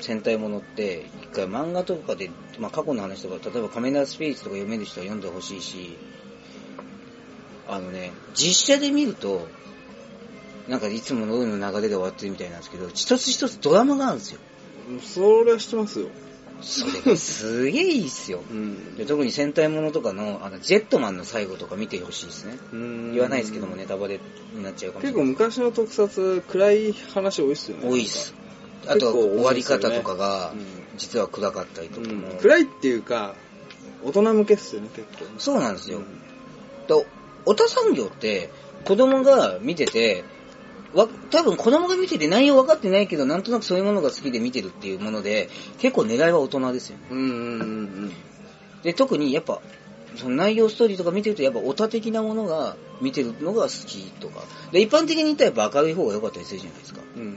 S1: 戦隊ものって、一回漫画とかで、まあ過去の話とか、例えば仮面ライダースピリッツとか読める人は読んでほしいし、あのね、実写で見ると、なんかいつものような流れで終わってるみたいなんですけど、一つ一つドラマがあるんですよ。
S2: ー、それは知ってますよ。
S1: それがすげえいいっすよ。
S2: うん。
S1: で特に戦隊ものとかの、あの、ジェットマンの最後とか見てほしいですね。言
S2: 言
S1: わないですけども、ネ。タバレになっちゃうかもしれ
S2: 結
S1: な
S2: 構
S1: い。
S2: 昔の特撮、暗い話多いっすよね。
S1: 多いっす。あ
S2: 結
S1: と
S2: 構
S1: は
S2: 多いっすよね
S1: 終わり方とかが
S2: うん、
S1: 実は暗かったりとかも
S2: うん。暗いっていうか、大人向けっすよね、結構。
S1: そうなんですよ
S2: うん。
S1: と、オタ産業って、子供が見てて、わ、多分子供が見てて内容分かってないけど、なんとなくそういうものが好きで見てるっていうもので、結構狙いは大人ですよね。
S2: うんうんうん
S1: で、特にやっぱ、その内容ストーリーとか見てると、やっぱオタ的なものが見てるのが好きとか。で、一般的に言ったらやっぱ明るい方が良かったりするじゃないですか。
S2: うん。うんうん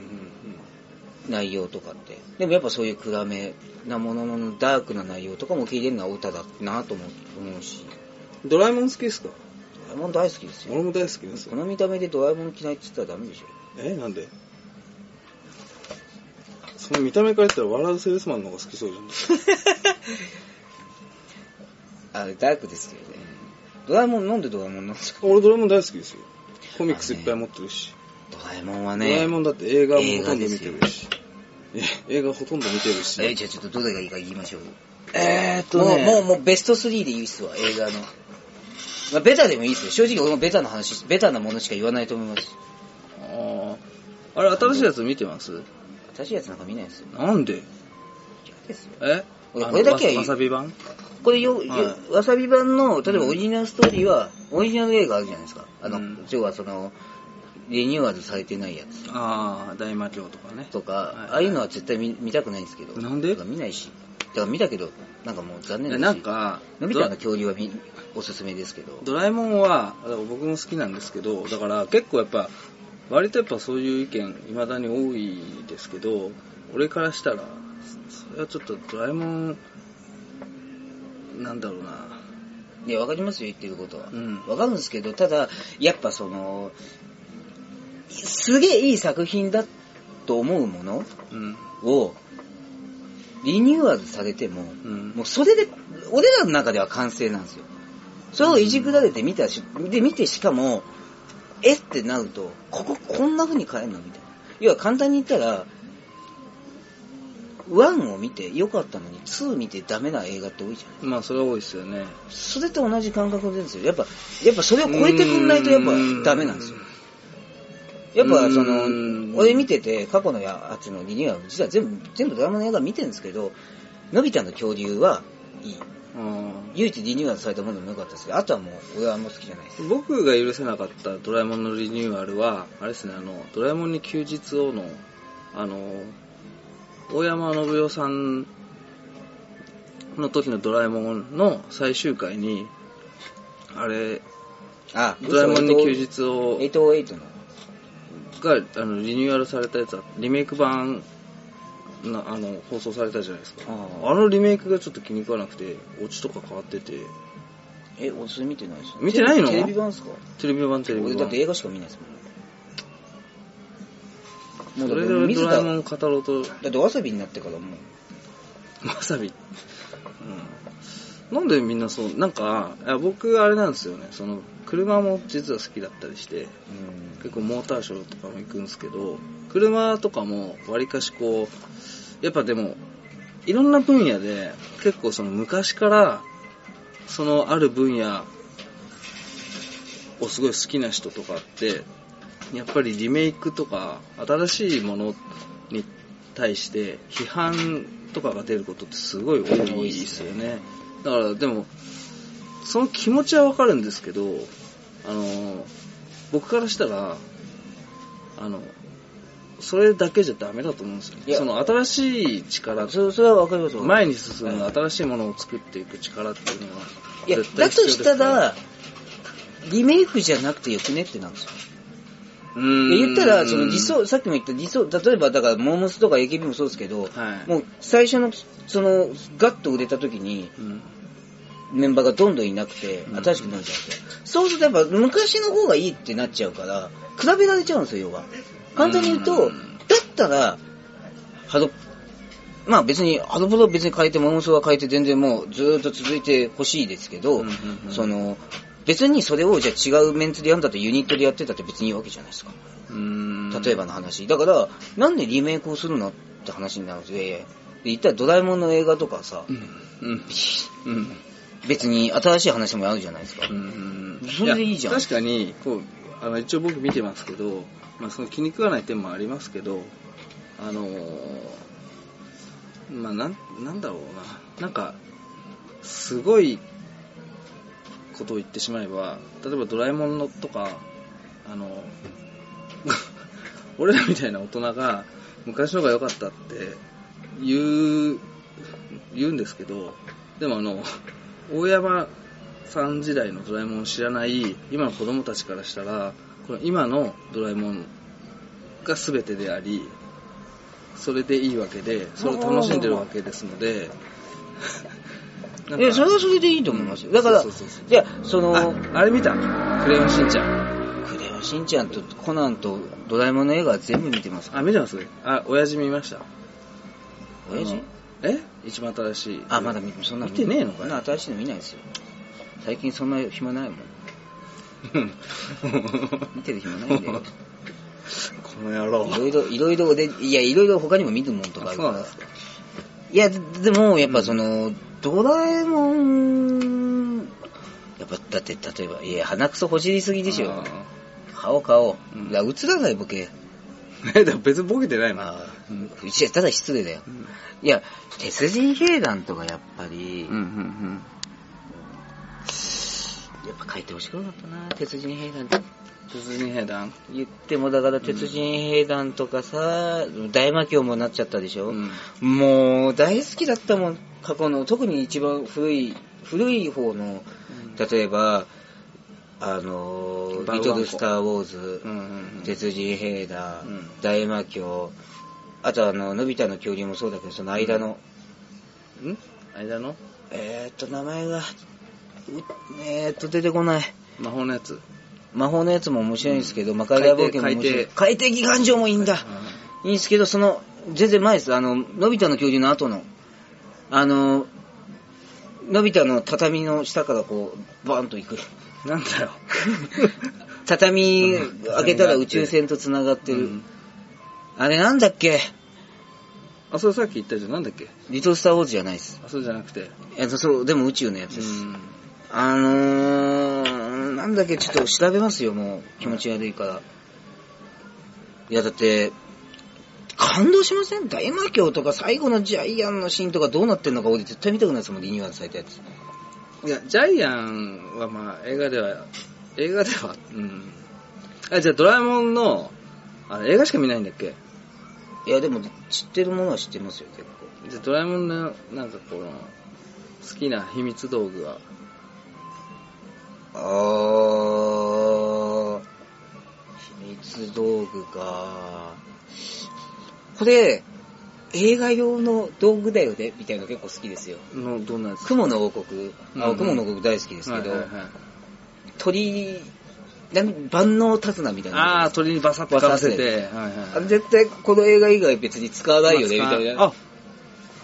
S1: 内容とかって。でもやっぱそういう暗めなもののダークな内容とかも聞いてるのはオタだなとも思うし。
S2: うん。ドラえもん好きですか
S1: ドラえもん大好きですよ。
S2: 俺も大好きです
S1: こ
S2: よ。
S1: の見た目でドラえもん嫌いって言ったらダメ でしょ。
S2: え、なんでその見た目から言ったら笑うセールスマンの方が好きそうじゃん。
S1: あれダークですけどね。ドラえもんなんでドラえもんなんですか
S2: 俺ドラえもん大好きですよ。コミックスいっぱい持ってるし。
S1: ドラえもんは
S2: ドラえ
S1: ね、
S2: もんだって映画もほとんど見てるし。え映画ほとんど見てる
S1: え、
S2: し。
S1: じゃあちょっとどれがいいか言いましょうよ。
S2: えーっ
S1: もう、もう、もうベスト3でいいっすわ、映画の。まあ、ベタでもいいっすよ。正直俺もベタな話、ベタなものしか言わないと思います。
S2: あーあれ、新しいやつ見てます
S1: 新しいやつなんか見ないですよ。
S2: なんでえ
S1: 俺
S2: あの
S1: これだけはいい
S2: わわさび版
S1: これよ、
S2: は
S1: よわさび版の、例えばオリジナルストーリーは、オリジナル映画あるじゃないですか。あの、
S2: うん
S1: 要はその、リニューアルされてないやつ
S2: ああ、大魔教とかね。
S1: とか、
S2: はい
S1: ああいうのは絶対見見たくないんですけど。
S2: なんで
S1: だから見ないし。だから見たけど、なんかもう残念だし。
S2: なん、か、
S1: のび太の恐竜は見おすすめですけど。
S2: ドラえもんは、だから僕も好きなんですけど、だから結構やっぱ、割とやっぱそういう意見、未だに多いですけど、俺からしたら、そそれはちょっとドラえもん、なんだろうな。
S1: いや、わかりますよ、言ってることは。
S2: うん
S1: わかるんですけど、ただ、やっぱその、すげえいい作品だと思うもの
S2: うん。
S1: を、リニューアルされても、
S2: うん。
S1: もうそれで、俺らの中では完成なんですよ。それをいじくられて見たし、で見てしかも、えってなると、こここんな風に変えんのみたいな。要は簡単に言ったら、1を見て良かったのに2見てダメな映画って多いじゃない
S2: まあ、それは多いですよね。
S1: それと同じ感覚ですよ。やっぱ、やっぱそれを超えてくんないとやっぱダメなんですよ。やっぱそ
S2: うん
S1: の、俺見てて、過去のやつのリニューアル、実は全部、全部ドラマの映画見てるんですけど、のび太の恐竜はいい。
S2: うん。
S1: 唯一リニューアルされたものでも良かったですけど、あとはもう俺はあんま好きじゃないです。
S2: 僕が許せなかったドラえもんのリニューアルは、あれですね、あの、ドラえもんに休日をの、あの、大山信代さんの時のドラえもんの最終回に、あれ、
S1: あ、
S2: ドラえもんに休日を、
S1: 808の。
S2: が、あの、リニューアルされたやつは、リメイク版の、あの、放送されたじゃないですか。あのリメイクがちょっと気に食わなくて、オチとか変わってて、
S1: え、俺それ見てないです
S2: 見てないの
S1: テレビ版ですか
S2: テレビ版テレビ版。
S1: 俺だって映画しか見ないですもん。
S2: そ
S1: もうだ
S2: れ
S1: って
S2: で
S1: 水
S2: ドラえ
S1: 田、
S2: も
S1: だ
S2: ん語ろうと、
S1: ってわさびになってからもう、
S2: わさび。うん。なんでみんなそう、なんか、いや僕あれなんですよね、その、車も実は好きだったりして、
S1: うん
S2: 結構モーターショーとかも行くんですけど、車とかも割かしこう、やっぱでも、いろんな分野で、結構その昔から、そのある分野をすごい好きな人とかって、やっぱりリメイクとか、新しいものに対して批判とかが出ることってすごい多いですよね。だからでも、その気持ちはわかるんですけど、あの、僕からしたら、あの、それだけじゃダメだと思うんですよ
S1: い。や
S2: その新しい力
S1: そそれはわかりますよ
S2: 前に進む、
S1: はい
S2: 新しいものを作っていく力っていうのはい
S1: や、
S2: 絶対
S1: だと
S2: 必要で
S1: し
S2: す
S1: た
S2: から
S1: ら、リメイクじゃなくてよくねってなんですよ。
S2: うーん
S1: で言ったら、その理想、さっきも言った理想、例えばだから、モームスとか AKB もそうですけど、
S2: はい
S1: もう最初の、その、ガッと売れた時に、
S2: うん
S1: メンバーがどんどんいなくて
S2: う、ん
S1: 新しくなっちゃうんですよ。そうするとやっぱ昔の方がいいってなっちゃうから、比べられちゃうんですよ、要は。簡単に言うと、
S2: うん
S1: だったら、ハド、まあ別に、ハドボロ別に変えて、モモソは変えて全然もうずーっと続いてほしいですけど、
S2: うんうんうん
S1: その、別にそれをじゃあ違うメンツでやるんだってユニットでやってたって別にいいわけじゃないですか。
S2: うん
S1: 例えばの話。だから、なんでリメイクをするのって話になるんですよ。いやいやで言ったらドラえもんの映画とかさ
S2: う、んうんうん
S1: 別に新しい話もあるじゃないですか。
S2: うん
S1: それでいいじゃん
S2: や確かにこうあの一応僕見てますけど、まあ、その気に食わない点もありますけどあのーまあなんなんだろうななんかすごいことを言ってしまえば例えば「ドラえもんの」とかあの 俺らみたいな大人が昔のが良かったって言う言うんですけどでもあの大山さん時代のドラえもんを知らない今の子供たちからしたらこの今のドラえもんが全てでありそれでいいわけでそれを楽しんでるわけですのでなん
S1: い
S2: か
S1: や、それはそれでいいと思いますよ。だから、
S2: そうそうそう
S1: いや、その、
S2: ああれ見た「クレヨンしんちゃん
S1: クレヨンしんちゃんとコナンとドラえもんの映画は全部見てます」か
S2: あ見てますあ親父見ました
S1: ら。親
S2: あ
S1: 父
S2: のえ一番新しい
S1: あ、まだ見そんな
S2: 見てねえのか
S1: そん
S2: よ
S1: な新しいの見ないですよ。最近そんな暇ないもん。 見てる暇ないんだよ
S2: この野郎
S1: いろいろ、いろいろで、いや、いろいろ他にも見るもんとかあ
S2: あ
S1: る
S2: そ
S1: か
S2: うなん
S1: ら
S2: で。すか
S1: いや、ででも、やっぱその、ドラえもん、やっぱ、だって、例えば、いや、鼻くそほじりすぎでしょ
S2: あ。
S1: 顔顔。
S2: うん
S1: いや、映らないボケ。
S2: ーえでも別にボケてないな
S1: まあ、うちはただ失礼だよ。
S2: うん
S1: いや、鉄人兵団とかやっぱり、
S2: うんうん
S1: やっぱ書いてほしくなかったな、鉄人兵団って。
S2: 鉄人兵団
S1: 言っても、だから鉄人兵団とかさ、大魔教もなっちゃったでしょ。
S2: うん
S1: もう、大好きだったもん、過去の、特に一番古い、古い方の、例えば、あのー
S2: バウワンコ
S1: リトル・スター・ウォーズ、
S2: うんうん
S1: 鉄人兵団、
S2: うん
S1: 大魔教、あとあの、のび太の恐竜もそうだけど、その間の、
S2: うんん間の
S1: えーっと、名前が、うえーっと、出てこない。
S2: 魔法のやつ
S1: 魔法のやつも面白いんですけど、魔界大冒険も面白い。海底機関場もいいんだ。いいんですけど、その、全然前です。あの、のび太の恐竜の後の、あの、のび太の畳の下からこう、バーンと行く。
S2: なんだ よ
S1: 畳
S2: うん
S1: 開けたら宇宙船と繋がってる。
S2: うん
S1: あれなんだっけ
S2: あそれさっき言ったじゃんなんだっけ
S1: リトルスターウォーズじゃないです。
S2: あそうじゃなくて
S1: えっと、そう、でも宇宙のやつ
S2: う
S1: です。
S2: ん
S1: あのー、なんだっけ、ちょっと調べますよ、もう。気持ち悪いから。いや、だって、感動しません大魔教とか最後のジャイアンのシーンとかどうなってんのか俺絶対見たくないですもん、リニューアルされたやつ。
S2: いや、ジャイアンはまあ映画では、映画では、うん。あ、じゃあドラえもんの、あの映画しか見ないんだっけ
S1: いや、でも、知ってるものは知ってますよ、結構。
S2: じゃあドラえもんの、なんかこの、好きな秘密道具は、
S1: あー、秘密道具か。これ、映画用の道具だよね、みたいなの結構好きですよ。
S2: の、どんなやつ
S1: 雲の王国、あ
S2: うん
S1: 雲の王国大好きで
S2: です
S1: けど、
S2: はいはいはい
S1: 鳥、なん万能手綱みたいな。
S2: あー、鳥にバサッとかぶせて、はい
S1: あれ絶対この映画以外別に使わないよね、み
S2: まあ
S1: たいな。
S2: あ、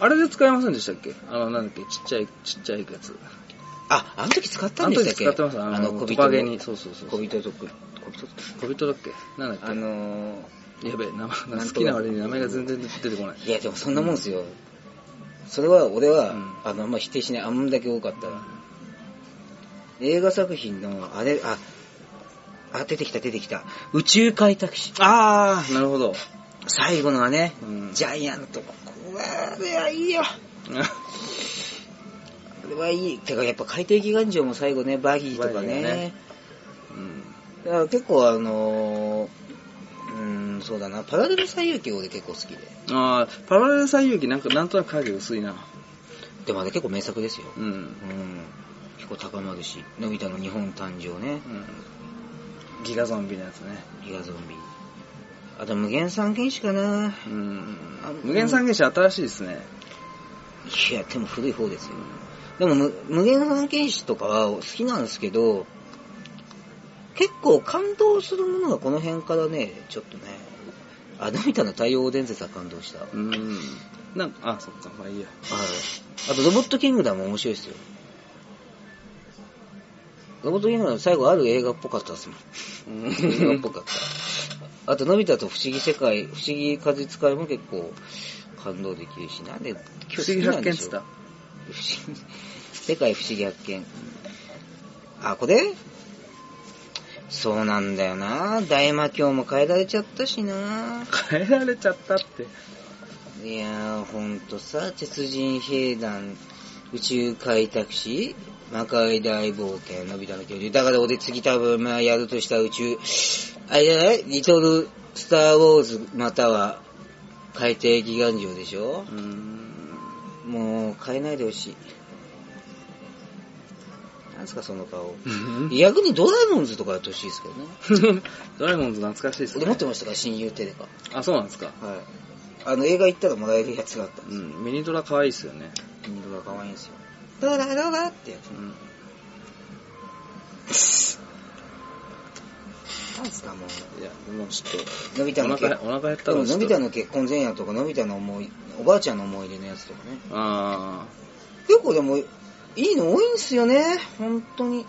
S2: あれで使えませんでしたっけあの、なんだっけ、ちっちゃい、ちっちゃいやつ。
S1: あ、あの時使った
S2: あ
S1: ん
S2: の
S1: でし
S2: 時
S1: たっけ
S2: 使ってました。
S1: あ
S2: あ
S1: の、
S2: の、
S1: 小
S2: ト
S1: 人
S2: カゲ
S1: の
S2: に。、そうそうそう。
S1: 小人族、小人族
S2: 小人だっけなんだっけ
S1: あの
S2: やべえ、
S1: なん
S2: 名前
S1: とか
S2: 好きな割に名前が全然出てこない。
S1: ー、いやでもそんなもんですよ。それは、俺は、
S2: うん
S1: あの、あんま否定しない。あんだけ多かったら。映画作品の、あれ、あ、あ、出てきた出てきた。宇宙開拓士。
S2: あー、なるほど。
S1: 最後のはね、
S2: うん
S1: ジャイアント。これはいいよ。これはいい。てか、やっぱ海底祈願場も最後ね、バギーとか
S2: バギー
S1: ね。
S2: がねうん
S1: だから結構あのー、うーん、そうだな。パラレル最遊記俺結構好きで。
S2: ああ、パラレル最遊記なんかなんとなく影薄いな。
S1: でもあれ結構名作ですよ。
S2: うん。うん
S1: うん。結構高まるし、のび太の日本誕生ね。
S2: ギガゾンビのやつね。
S1: ギガゾンビ。あと無限三原子かな。
S2: うん
S1: あ。
S2: 無限三原子新しいですね。
S1: いや、でも古い方ですよ。でも無、無限本剣士とかは好きなんですけど、結構感動するものがこの辺からね、ちょっとね、あ、涙の太陽伝説は感動した。はい。
S2: うん。なんか、あ、そっか、まあいいや。
S1: あと、ロボットキングダムも面白いですよ。ロボットキングダム最後ある映画っぽかったですも ん。
S2: うん
S1: 映画っぽかった。あと、のび太と不思議世界、不思議風使いも結構感動できるし、なんで、
S2: 不思議発見っつっ
S1: 不
S2: た
S1: 思。議、 世界不思議発見。あ、これそうなんだよな。大魔教も変えられちゃったしな。
S2: 変えられちゃったって。
S1: いやー、ほんとさ、鉄人兵団、宇宙開拓士、魔界大冒険、のび太の恐竜。だから俺次多分、まあ、やるとしたら宇宙、あれじゃないリトル、スターウォーズ、または、海底ギガン城でしょ
S2: うん。
S1: もう、変えないでほしい。なんすか、その顔。
S2: いや
S1: 逆にドラえもんズとかやってほしいですけどね。
S2: ドラえもんズ懐かしいです
S1: 俺
S2: ね。
S1: 持ってましたから、親友テレカ。
S2: あ、そうなんですか。
S1: はい。あの、映画行ったらもらえるやつがあったんですよ
S2: うん。ミニドラ可愛いですよね。
S1: インドが可愛いんですよ。ドラドラってやつ
S2: う。ん。
S1: なんですかもう。
S2: いや、もうちょっ
S1: のび
S2: と、
S1: 太
S2: お
S1: の結
S2: 腹、
S1: 婚。
S2: お腹減った
S1: でも、
S2: ちょ
S1: の
S2: っ
S1: び太の結婚前夜とか、のび太の思い、おばあちゃんの思い出のやつとかね。
S2: あ
S1: 結構でも、いいの多いんですよね。本当に。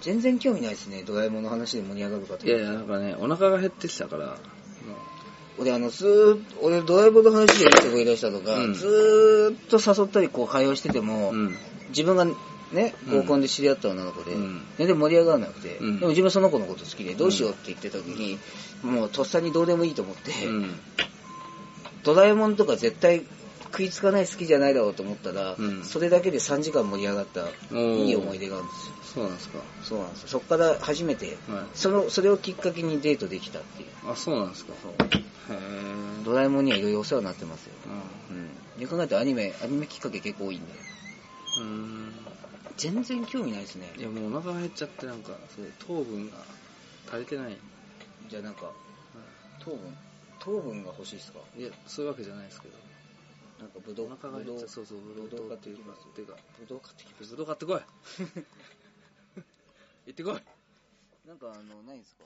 S1: 全然興味ないですね。ドラえもんの話で盛り上がるか
S2: あ。
S1: と
S2: い。やいや、なんかね、お腹が減ってきたから、も
S1: 俺、あの、ずーっと、俺、ドラえもんの話で人がいらしたとか、
S2: うん
S1: ずーっと誘ったり、こう、会話してても、
S2: う。うん。
S1: 自分がね、
S2: うん
S1: 合コンで知り合った女の子で、
S2: うん
S1: 全然盛り上がらなくて、
S2: うん
S1: でも自分その子のこと好きで、どうしようって言ってた時に、もうとっさにどうでもいいと思って、
S2: うん。
S1: ドラえもんとか絶対食いつかない好きじゃないだろうと思ったら、
S2: うん
S1: それだけで3時間盛り上がった、
S2: おー
S1: いい思い出があるんですよ。
S2: そうなんですか。
S1: そうなんですよ。そこから初めて、
S2: はい。
S1: その、それをきっかけにデートできたっていう。
S2: あ、そうなんですか。
S1: そう
S2: へぇ
S1: ドラえもんにはいろいろお世話になってますよ。うん。よく考えたらアニメ、アニメきっかけ結構多いんで。
S2: うん。
S1: 全然興味ないですね。
S2: いや、もうお腹が減っちゃって、なんか、そう糖分が足りてない。
S1: じゃあなんか、糖分糖分が欲しいですか
S2: いや、そういうわけじゃないですけど。
S1: なんかブド
S2: お
S1: ウ
S2: 腹が
S1: ブド
S2: 減っ
S1: ウ
S2: ちゃそうそう、ブドウ
S1: ブドウ
S2: 糖
S1: 買
S2: っ
S1: ってて
S2: いう
S1: き
S2: か
S1: ます、
S2: てか、
S1: ブドウ買ってきま
S2: ブドウ買ってこい 行ってこい
S1: すなんかあのないですか